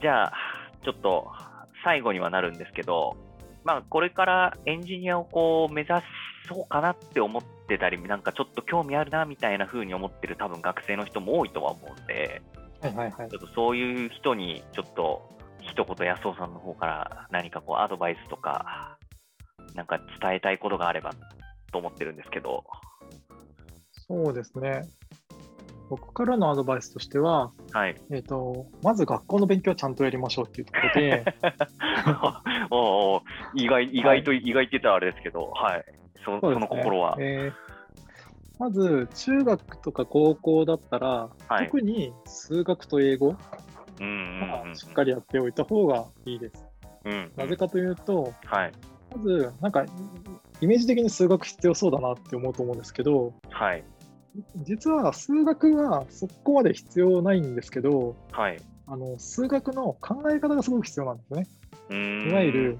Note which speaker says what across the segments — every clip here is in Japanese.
Speaker 1: じゃあ、ちょっと最後にはなるんですけど、まあ、これからエンジニアをこう目指そうかなって思ってたり、なんかちょっと興味あるなみたいな風に思ってる多分学生の人も多いとは思うんで、
Speaker 2: はいはいはい
Speaker 1: ちょっとそういう人にちょっと一言安尾さんの方から何かこうアドバイスとか、なんか伝えたいことがあればと思ってるんですけど、
Speaker 2: そうですね僕からのアドバイスとしては、
Speaker 1: はい。
Speaker 2: えー、とまず学校の勉強をちゃんとやりましょうっていうところで
Speaker 1: おうおう意外意外と、意外って言ったらあれですけど、はい。そ
Speaker 2: そう
Speaker 1: そ
Speaker 2: で
Speaker 1: の
Speaker 2: すね
Speaker 1: 心は。
Speaker 2: えーまず中学とか高校だったら、
Speaker 1: はい
Speaker 2: 特に数学と英語
Speaker 1: うんうんうんうん。
Speaker 2: しっかりやっておいた方がいいです。
Speaker 1: うんうん。
Speaker 2: なぜかというと、
Speaker 1: はい。
Speaker 2: まず、なんか、イメージ的に数学必要そうだなって思うと思うんですけど、
Speaker 1: はい。
Speaker 2: 実は数学はそこまで必要ないんですけど、
Speaker 1: はい。
Speaker 2: あの数学の考え方がすごく必要なんですね。
Speaker 1: うーん
Speaker 2: いわゆる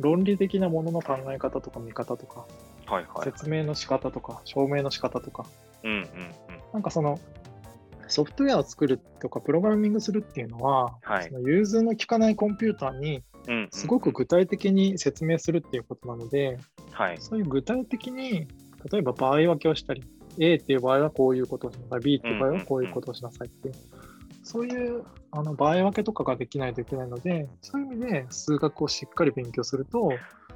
Speaker 2: 論理的なものの考え方とか見方とか、
Speaker 1: はいはい。
Speaker 2: 説明の仕方とか、証明の仕方とか、
Speaker 1: うんうんうん。
Speaker 2: なんかその、ソフトウェアを作るとか、プログラミングするっていうのは、
Speaker 1: はい
Speaker 2: その融通の利かないコンピューターに
Speaker 1: うんうん
Speaker 2: すごく具体的に説明するっていうことなので、
Speaker 1: はい。
Speaker 2: そういう具体的に、例えば場合分けをしたり、A っていう場合はこういうことをしなさい、B っていう場合はこういうことをしなさいっていう、そういうあの場合分けとかができないといけないので、そういう意味で数学をしっかり勉強すると、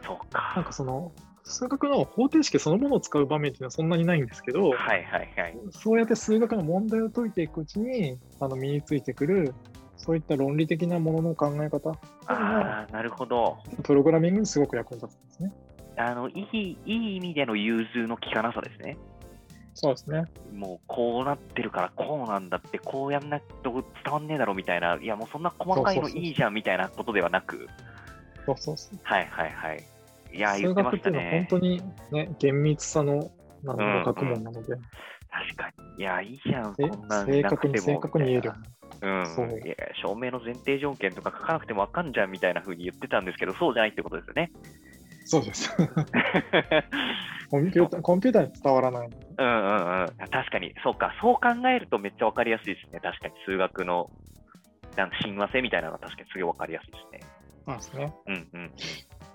Speaker 1: そう
Speaker 2: なん
Speaker 1: か。
Speaker 2: かその、数学の方程式そのものを使う場面っていうのはそんなにないんですけど、
Speaker 1: はいはいはい。
Speaker 2: そうやって数学の問題を解いていくうちにあの身についてくる、そういった論理的なものの考え方、
Speaker 1: ああ、なるほど。
Speaker 2: プログラミングにすごく役に立つんですね。
Speaker 1: あの、いい、いい意味での融通の利かなさですね。
Speaker 2: そうですね。
Speaker 1: もう、こうなってるから、こうなんだって、こうやんないと伝わんねえだろみたいな、いや、もうそんな細かいの
Speaker 2: そうそうそう
Speaker 1: いいじゃんみたいなことではなく、
Speaker 2: そうそうそう。
Speaker 1: はいはいはい。いや、言っ
Speaker 2: 数
Speaker 1: てま
Speaker 2: 学っ
Speaker 1: してた
Speaker 2: いうのは本
Speaker 1: ね。
Speaker 2: 当にね、厳密さのなん
Speaker 1: うんうん
Speaker 2: の学問なので、
Speaker 1: 確かに。いや、いいじゃん、
Speaker 2: せ
Speaker 1: こんなん
Speaker 2: 正
Speaker 1: な
Speaker 2: 確
Speaker 1: く
Speaker 2: に
Speaker 1: て
Speaker 2: 正
Speaker 1: も。
Speaker 2: 確に言えるよう
Speaker 1: み
Speaker 2: に
Speaker 1: たいな
Speaker 2: そう
Speaker 1: うん。いや、証明の前提条件とか書かなくてもわかんじゃんみたいな風に言ってたんですけど、そうじゃないってことですよね。
Speaker 2: そうです。コンピューターコンピューターに伝わらない。
Speaker 1: うんうんうん、確かに、そうか、そう考えるとめっちゃ分かりやすいですね、確かに、数学のなんか親和性みたいなのは確かにすげえ分かりやすいですね。
Speaker 2: そうですね。
Speaker 1: うんうん、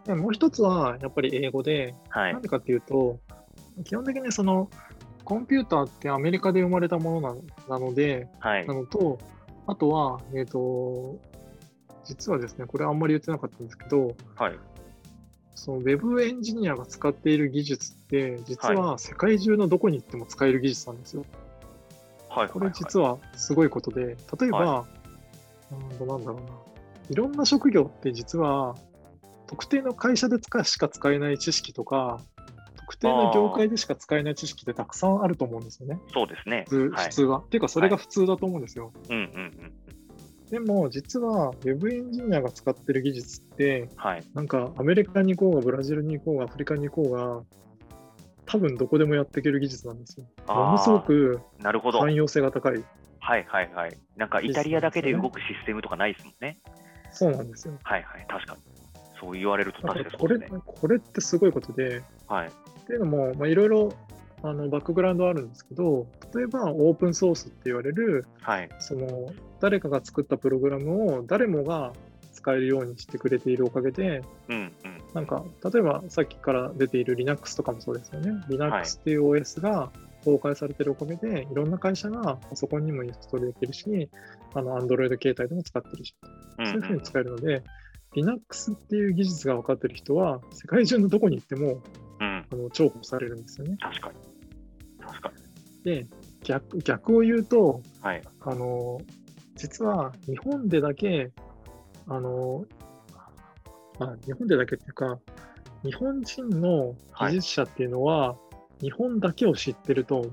Speaker 2: でもう一つはやっぱり英語で、
Speaker 1: はい
Speaker 2: なん、でかっていうと、基本的にそのコンピューターってアメリカで生まれたものなのなので、
Speaker 1: はい
Speaker 2: な、のと、あとは、えっ、と、実はですね、これあんまり言ってなかったんですけど、
Speaker 1: はい、
Speaker 2: そのウェブエンジニアが使っている技術って、実は世界中のどこに行っても使える技術なんですよ。
Speaker 1: はい、
Speaker 2: これ実
Speaker 1: は
Speaker 2: はすごいことで、例えば、
Speaker 1: は
Speaker 2: うんとなんだろうな、いろんな職業って実は、特定の会社で使しか使えない知識とか、特定の業界でしか使えない知識ってたくさんあると思うんですよね、
Speaker 1: い、そうですね、
Speaker 2: 普通
Speaker 1: は
Speaker 2: 普
Speaker 1: い、
Speaker 2: 通は。っていうか、それが普通だと思うんですよ。
Speaker 1: うんうんうん、
Speaker 2: でも実は Web エンジニアが使ってる技術って
Speaker 1: はい、
Speaker 2: なんかアメリカに行こうがブラジルに行こうがアフリカに行こうが多分どこでもやっていける技術なんですよ。
Speaker 1: あー
Speaker 2: ものすごく
Speaker 1: なるほど、は
Speaker 2: 汎
Speaker 1: い
Speaker 2: 用性が高い。
Speaker 1: はいはい、なんかイタリアだけで動くシステムとかないですもんね、
Speaker 2: そうなんですよ。
Speaker 1: はいはい、確かに、そう言われると
Speaker 2: だか
Speaker 1: 確
Speaker 2: ら
Speaker 1: かに
Speaker 2: こ
Speaker 1: そう
Speaker 2: れ
Speaker 1: ですね、
Speaker 2: これってすごいことで、
Speaker 1: はい、
Speaker 2: っていうのもまあいろいろあのバックグラウンドあるんですけど、例えばオープンソースって言われる
Speaker 1: はい、
Speaker 2: その誰かが作ったプログラムを誰もが使えるようにしてくれているおかげで、
Speaker 1: うんうん、
Speaker 2: なんか、例えばさっきから出ている Linux とかもそうですよね。Linux っていう OS が公開されてるおかげで、い、ろんな会社がパソコンにもインストールできるし、あの Android 携帯でも使ってるし、
Speaker 1: うんう
Speaker 2: そういうんふうに使えるので、Linux っていう技術が分かってる人は、世界中のどこに行っても
Speaker 1: うん、
Speaker 2: あの重宝されるんですよね。
Speaker 1: 確かに、確かに、
Speaker 2: で、逆逆を言うと、
Speaker 1: はい、
Speaker 2: あの実は日本でだけあの、まあ、日本でだけっていうか日本人の技術者っていうのは、日本だけを知ってると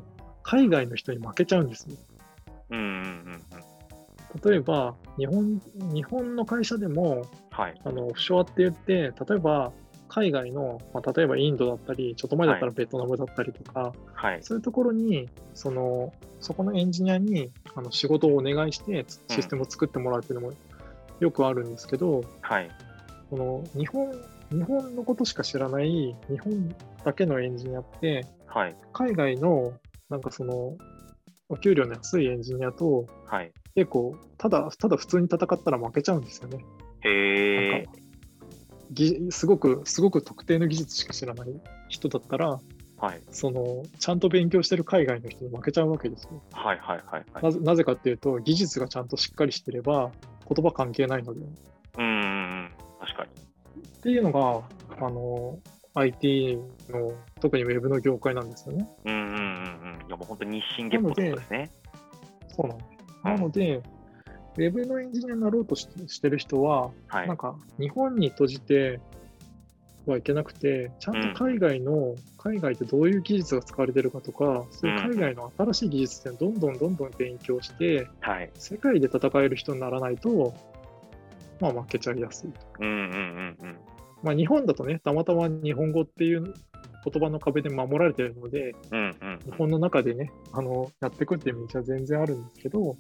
Speaker 2: 海外の人に負けちゃうんですよ
Speaker 1: うんうんうんうん、
Speaker 2: 例えば日本日本の会社でも
Speaker 1: はい、
Speaker 2: あのオフショアって言って例えば海外の、まあ、例えばインドだったりちょっと前だっ
Speaker 1: は
Speaker 2: たらベトナムだったりとか、
Speaker 1: はい、
Speaker 2: そういうところに、そのそこのエンジニアにあの仕事をお願いしてつ
Speaker 1: うん
Speaker 2: システムを作ってもらうっていうのもよくあるんですけど、
Speaker 1: はい、
Speaker 2: この日本日本のことしか知らない日本だけのエンジニアって、
Speaker 1: はい、
Speaker 2: 海外のなんかそのお給料の安いエンジニアと
Speaker 1: はい、
Speaker 2: 結構、ただ、ただ普通に戦ったら負けちゃうんですよね。
Speaker 1: へえ。
Speaker 2: ぎすごく、すごく特定の技術しか知らない人だったら、
Speaker 1: はい。
Speaker 2: その、ちゃんと勉強してる海外の人に負けちゃうわけですよ。
Speaker 1: はいはいはいは。
Speaker 2: ないぜなぜかっていうと、技術がちゃんとしっかりしてれば、言葉関係ないので。っ
Speaker 1: うーん。確かに。
Speaker 2: ていうのが、あの、IT の、特にウェブの業界なんですよね。
Speaker 1: うんうんうんうん。いやもう本当に日進月歩ってことですね。
Speaker 2: そうなんです。なので、ウェブのエンジニアになろうとししてる人は、
Speaker 1: はい
Speaker 2: なん。か日本に閉じてはいけなくて、ちゃんと海外の、海外ってどういう技術が使われてるかとか、そういう海外の新しい技術ってどんどんどんどん勉強して、
Speaker 1: はい。
Speaker 2: 世界で戦える人にならないと、まあ、負けちゃいやすいと。
Speaker 1: うんうんうんうん。
Speaker 2: まあ、日本だとね、たまたま日本語っていう言葉の壁で守られてるので、
Speaker 1: うんうん
Speaker 2: 日
Speaker 1: うん。
Speaker 2: 本の中でね、あのやっていくっていう道は全然あるんですけど、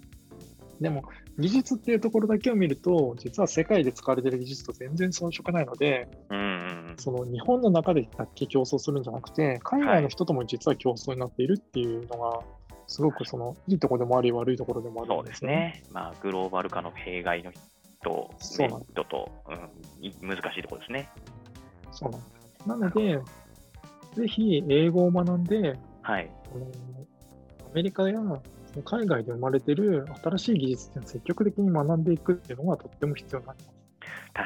Speaker 2: でも、技術っていうところだけを見ると、実は世界で使われてる技術と全然遜色ないので、
Speaker 1: うんうんうん。
Speaker 2: その日本の中でだけ競争するんじゃなくて、海外の人とも実は競争になっているっていうのが、すごくそのいいところでもあり、悪いところでもある
Speaker 1: そ
Speaker 2: ん
Speaker 1: う
Speaker 2: で
Speaker 1: ですす
Speaker 2: よね。
Speaker 1: ね。まあグローバル化の弊害のと
Speaker 2: そ
Speaker 1: メ
Speaker 2: う
Speaker 1: リ
Speaker 2: なん
Speaker 1: ットと、うんい、難しいところですね。
Speaker 2: そうなんです。なので、ぜひ英語を学んで、
Speaker 1: はい。
Speaker 2: あのアメリカやその海外で生まれてる新しい技術っていうのを積極的に学んでいくっていうのがとっても必要になります。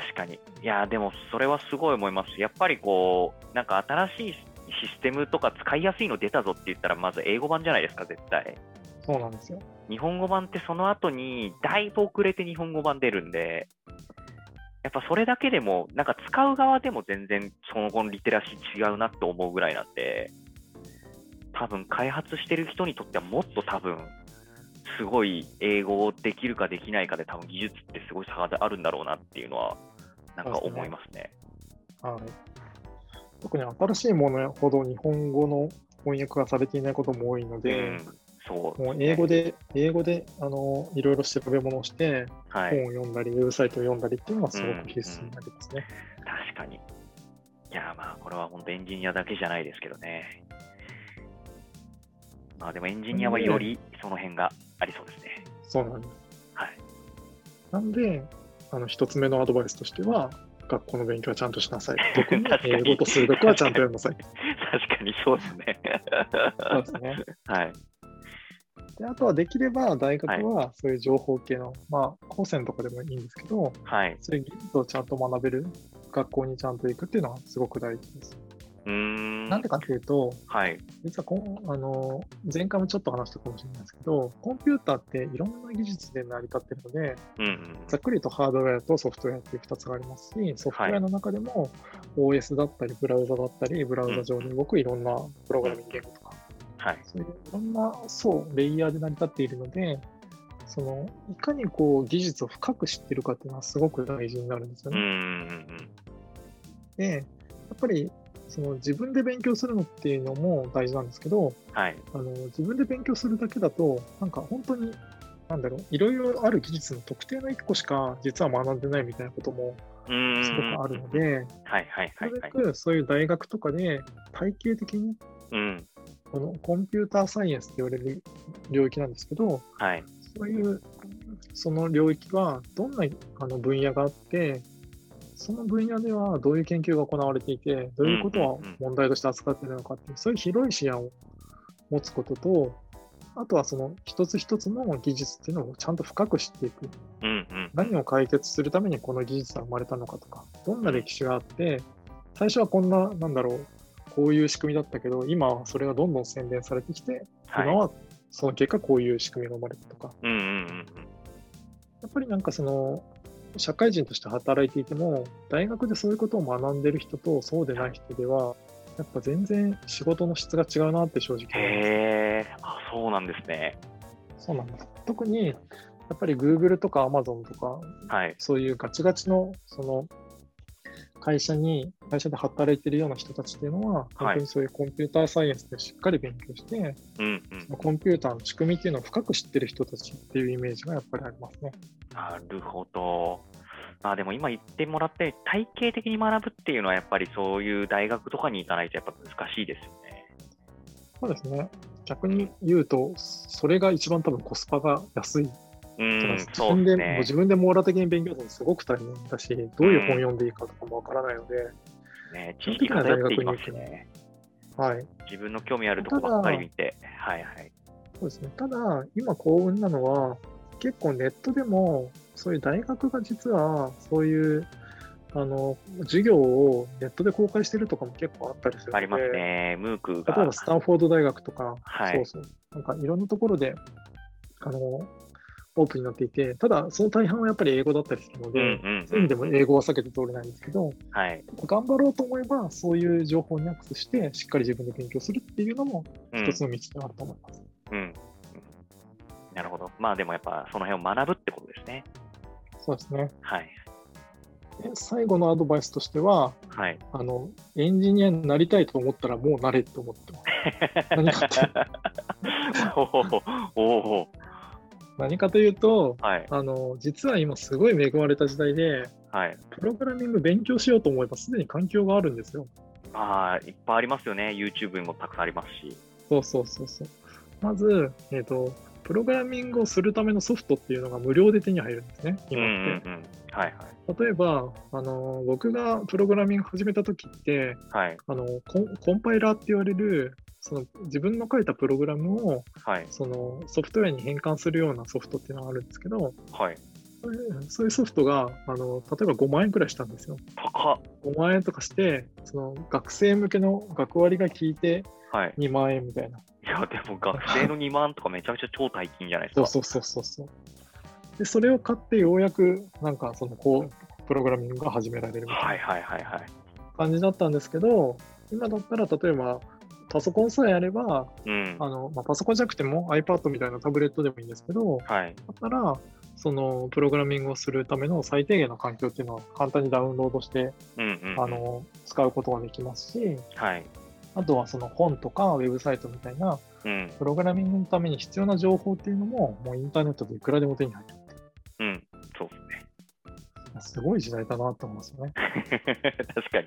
Speaker 1: 確かに。いや、でもそれはすごい思います。やっぱりこう、なんか新しいシステムとか使いやすいの出たぞって言ったら、まず英語版じゃないですか、絶対。
Speaker 2: そうなんですよ。
Speaker 1: 日本語版ってその後にだいぶ遅れて日本語版出るんで、やっぱそれだけでも、なんか使う側でも全然その後のリテラシー違うなって思うぐらいなんで、多分開発してる人にとってはもっと多分、すごい英語をできるかできないかで多分技術ってすごい差があるんだろうなっていうのは、なんか思いますね。
Speaker 2: はい。特に新しいものほど日本語の翻訳がされていないことも多いの
Speaker 1: う
Speaker 2: で、
Speaker 1: ん、そう、
Speaker 2: もう英語で、英語で、あの、いろいろ調べ物をして、
Speaker 1: はい、
Speaker 2: 本を読んだり、ウェブサイトを読んだりっていうのはすごく必須になりますね。
Speaker 1: 確かに。いやー、まあ、これは本当エンジニアだけじゃないですけどね。まあ、でもエンジニアはよりその辺がありそうですね。
Speaker 2: そうなんです。
Speaker 1: はい。
Speaker 2: なんで、あの、一つ目のアドバイスとしては、学校の勉強はちゃんとしなさい。特に
Speaker 1: 確か
Speaker 2: 英
Speaker 1: に
Speaker 2: 語と数学はちゃんとやんなさい。
Speaker 1: 確かにそうです ね。
Speaker 2: そうですね。
Speaker 1: はい。
Speaker 2: で、あとはできれば大学はそういう情報系の、まあ、高専とかでもいいんですけど、
Speaker 1: はい。
Speaker 2: そういう技術をちゃんと学べる学校にちゃんと行くっていうのはすごく大事です。
Speaker 1: うーん。
Speaker 2: なんでかっていうと、
Speaker 1: はい。
Speaker 2: 実はこんあの前回もちょっと話したかもしれないですけど、コンピューターっていろんな技術で成り立ってるので、
Speaker 1: うんうん。
Speaker 2: ざっくりとハードウェアとソフトウェアっていう2つがありますし、ソフトウェアの中でも OS だったり、ブラウザだったり、ブラウザ上に動くいろんなプログラミング言語とか、
Speaker 1: はい。
Speaker 2: そういういろんな層、レイヤーで成り立っているので、そのいかにこう技術を深く知ってるかっていうのはすごく大事になるんですよ
Speaker 1: う
Speaker 2: ね。
Speaker 1: んうん
Speaker 2: で、やっぱりその自分で勉強するのっていうのも大事なんですけど、
Speaker 1: うん。はい。
Speaker 2: あの自分で勉強するだけだと、なんか本当に、なんだろう、いろいろある技術の特定の1個しか実は学んでないみたいなことも
Speaker 1: うーん。
Speaker 2: すごくあるの。で、
Speaker 1: はいはい
Speaker 2: な
Speaker 1: はい
Speaker 2: る
Speaker 1: は
Speaker 2: べ
Speaker 1: い。
Speaker 2: くそういう大学とかで体系的に、
Speaker 1: うん。
Speaker 2: このコンピューターサイエンスって言われる領域なんですけど、
Speaker 1: はい。
Speaker 2: そういう、その領域はどんなあの分野があって、その分野ではどういう研究が行われていて、どういうこと
Speaker 1: う
Speaker 2: を
Speaker 1: んうんうん
Speaker 2: 問題として扱っているのかっていう、そういう広い視野を持つことと、あとはその一つ一つの技術っていうのをちゃんと深く知っていく。
Speaker 1: うんうん。
Speaker 2: 何を解決するためにこの技術が生まれたのかとか、どんな歴史があって、最初はこんな、なんだろう、こういう仕組みだったけど、今はそれがどんどん洗練されてきて、
Speaker 1: はい
Speaker 2: 今。はその結果こういう仕組みが生まれたとか、
Speaker 1: うんうんうんうん。
Speaker 2: やっぱりなんかその社会人として働いていても大学でそういうことを学んでる人とそうでない人ではやっぱ全然仕事の質が違うなって正直思いま
Speaker 1: へえ。あ、そうなんですね。
Speaker 2: す。そうなんです特にやっぱり Google とか Amazon とか
Speaker 1: はい。
Speaker 2: そういうガチガチのその会社に会社で働いてるような人たちっていうのは本当にそういうコンピューターサイエンスでしっかり勉強して、
Speaker 1: うんうん。
Speaker 2: コンピューターの仕組みっていうのを深く知ってる人たちっていうイメージがやっぱりありますね。
Speaker 1: なるほど。まあでも今言ってもらったように体系的に学ぶっていうのはやっぱりそういう大学とかに行かないとやっぱ難しいですよね。
Speaker 2: そうですね。逆に言うと、それが一番多分コスパが安い
Speaker 1: う
Speaker 2: だから
Speaker 1: ん、
Speaker 2: 自
Speaker 1: そう
Speaker 2: 分
Speaker 1: で
Speaker 2: ですもう
Speaker 1: ね。
Speaker 2: 自分で網羅的に勉強するのすごく大変だし、どういう本読んでいいかとかもわからないので、
Speaker 1: ね
Speaker 2: 基
Speaker 1: 知識
Speaker 2: 本的には大
Speaker 1: 偏っ
Speaker 2: 学
Speaker 1: ていき
Speaker 2: に
Speaker 1: ま
Speaker 2: 行く
Speaker 1: すね。
Speaker 2: はい、
Speaker 1: 自分の興味あるとこばっかり見て、はいはい。
Speaker 2: そうですね。ただ、今幸運なのは、結構ネットでも、そういう大学が実は、そういう、あの、授業をネットで公開してるとかも結構あったりするので、
Speaker 1: ありますね、ムーク
Speaker 2: 例
Speaker 1: が。
Speaker 2: えばスタンフォード大学とか、
Speaker 1: はい
Speaker 2: そうそう、なんかいろんなところで、あの、オープンになっていて、ただ、その大半はやっぱり英語だったりするの
Speaker 1: う
Speaker 2: で、
Speaker 1: んうん
Speaker 2: そう
Speaker 1: う
Speaker 2: いう意味
Speaker 1: ん
Speaker 2: でも英語は避けて通れないんですけど、
Speaker 1: はい。
Speaker 2: 頑張ろうと思えば、そういう情報にアクセスして、しっかり自分で勉強するっていうのも、
Speaker 1: うん
Speaker 2: 一つの道ではあると思います。
Speaker 1: うんうんなるほど。まあでもやっぱその辺を学ぶってことですね。
Speaker 2: そうですね。
Speaker 1: はい。
Speaker 2: で最後のアドバイスとしては
Speaker 1: はい。
Speaker 2: あの、エンジニアになりたいと思ったらもうなれと思 ってます。何かって
Speaker 1: おおおお
Speaker 2: 何かというと、
Speaker 1: はい
Speaker 2: あの実は今すごい恵まれた時代で、
Speaker 1: はい。
Speaker 2: プログラミング勉強しようと思えばすでに環境があるんですよ。
Speaker 1: まあいっぱいありますよね。YouTube にもたくさんありますし。
Speaker 2: そうそうそうそう。まず、えーと、プログラミングをするためのソフトっていうのが無料で手に入るんですね、
Speaker 1: うんう
Speaker 2: 今って。
Speaker 1: んうん。はい
Speaker 2: 例えばあの、僕がプログラミング始めた時って、
Speaker 1: はいはい
Speaker 2: あのコンコンパイラーって言われるその自分の書いたプログラムを
Speaker 1: はい
Speaker 2: そのソフトウェアに変換するようなソフトっていうのがあるんですけど、
Speaker 1: はい。
Speaker 2: そういうそういうソフトがあの例えば5万円くらいしたんですよ。
Speaker 1: 高っ。
Speaker 2: 5万円とかして、その学生向けの学割が効いて
Speaker 1: はい。
Speaker 2: 2万円みたいな。
Speaker 1: いやでも学生の2万とかめちゃめちゃ超大金じゃないです
Speaker 2: そ
Speaker 1: か。
Speaker 2: うそうそうそうそう。で、それを買ってようやくなんかそのこうプログラミングが始められるみた
Speaker 1: はいいはいはいはい。
Speaker 2: な感じだったんですけど、今だったら例えばパソコンさえあれば、
Speaker 1: うん。
Speaker 2: あのまあ、パソコンじゃなくても iPad みたいなタブレットでもいいんですけど、
Speaker 1: はい。
Speaker 2: だったら、そのプログラミングをするための最低限の環境っていうのは簡単にダウンロードして、
Speaker 1: うんうんうん。
Speaker 2: あの使うことができますし、
Speaker 1: はい。
Speaker 2: あとはその本とかウェブサイトみたいな
Speaker 1: うん
Speaker 2: プログラミングのために必要な情報っていうのも、もうインターネットでいくらでも手に入る。
Speaker 1: うん。そうですね。
Speaker 2: すごい時代だなと思いますよね。
Speaker 1: 確かに、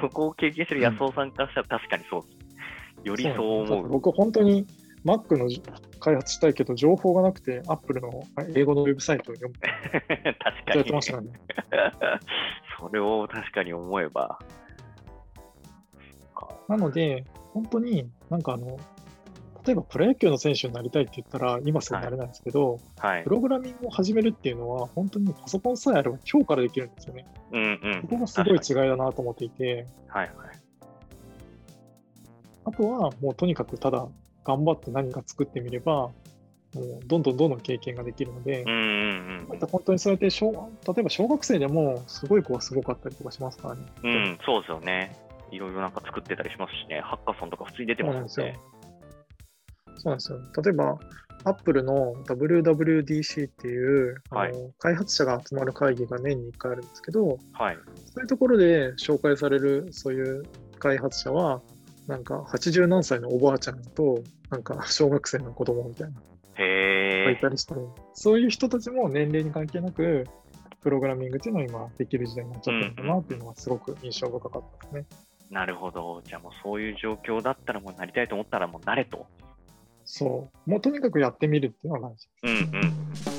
Speaker 1: そこを経験してる安尾さんからしたら確かにそうです。よりそう
Speaker 2: そうなんですよだっ
Speaker 1: 思
Speaker 2: て
Speaker 1: う。
Speaker 2: 僕、本当に Mac の開発したいけど、情報がなくて、Apple の英語のウェブサイトを読む
Speaker 1: 確か
Speaker 2: やっ
Speaker 1: に
Speaker 2: てまし。たね。
Speaker 1: それを確かに思えば。
Speaker 2: なので、本当になんかあの、例えばプロ野球の選手になりたいって言ったら、今すぐなれないんですけど、
Speaker 1: はい
Speaker 2: プ。ログラミングを始めるっていうのは、本当にパソコンさえあれば今日からできるんですよね。
Speaker 1: うんうん。
Speaker 2: ここがすごい違いだなと思っていて、
Speaker 1: はいはい。
Speaker 2: あとはもうとにかくただ頑張って何か作ってみれば、もうどんどんどんどん経験ができるので
Speaker 1: うん、うん
Speaker 2: また本当にそうやって小、例えば小学生でもすごい子はすごかったりとかしますからね。
Speaker 1: うん。うん、そうですよね。いろいろなんか作ってたりしますしね。ハッカソンとか普通に出てますよね。
Speaker 2: そうなんですよ。例えば、アップルの WWDC っていう、
Speaker 1: はい
Speaker 2: あの開発者が集まる会議が年に1回あるんですけど、
Speaker 1: はい。
Speaker 2: そういうところで紹介されるそういう開発者は、なんか80何歳のおばあちゃんと、なんか小学生の子供みたいなのが
Speaker 1: へ
Speaker 2: い
Speaker 1: え。
Speaker 2: たりして、そういう人たちも年齢に関係なく、プログラミングっていうのは今できる時代になっちゃったのかなっていうのがすごく印象深かったですね。
Speaker 1: なるほど。じゃあもうそういう状況だったらもうなりたいと思ったらもうなれと。
Speaker 2: そう。もうとにかくやってみるっていうのが大事。
Speaker 1: うんうん。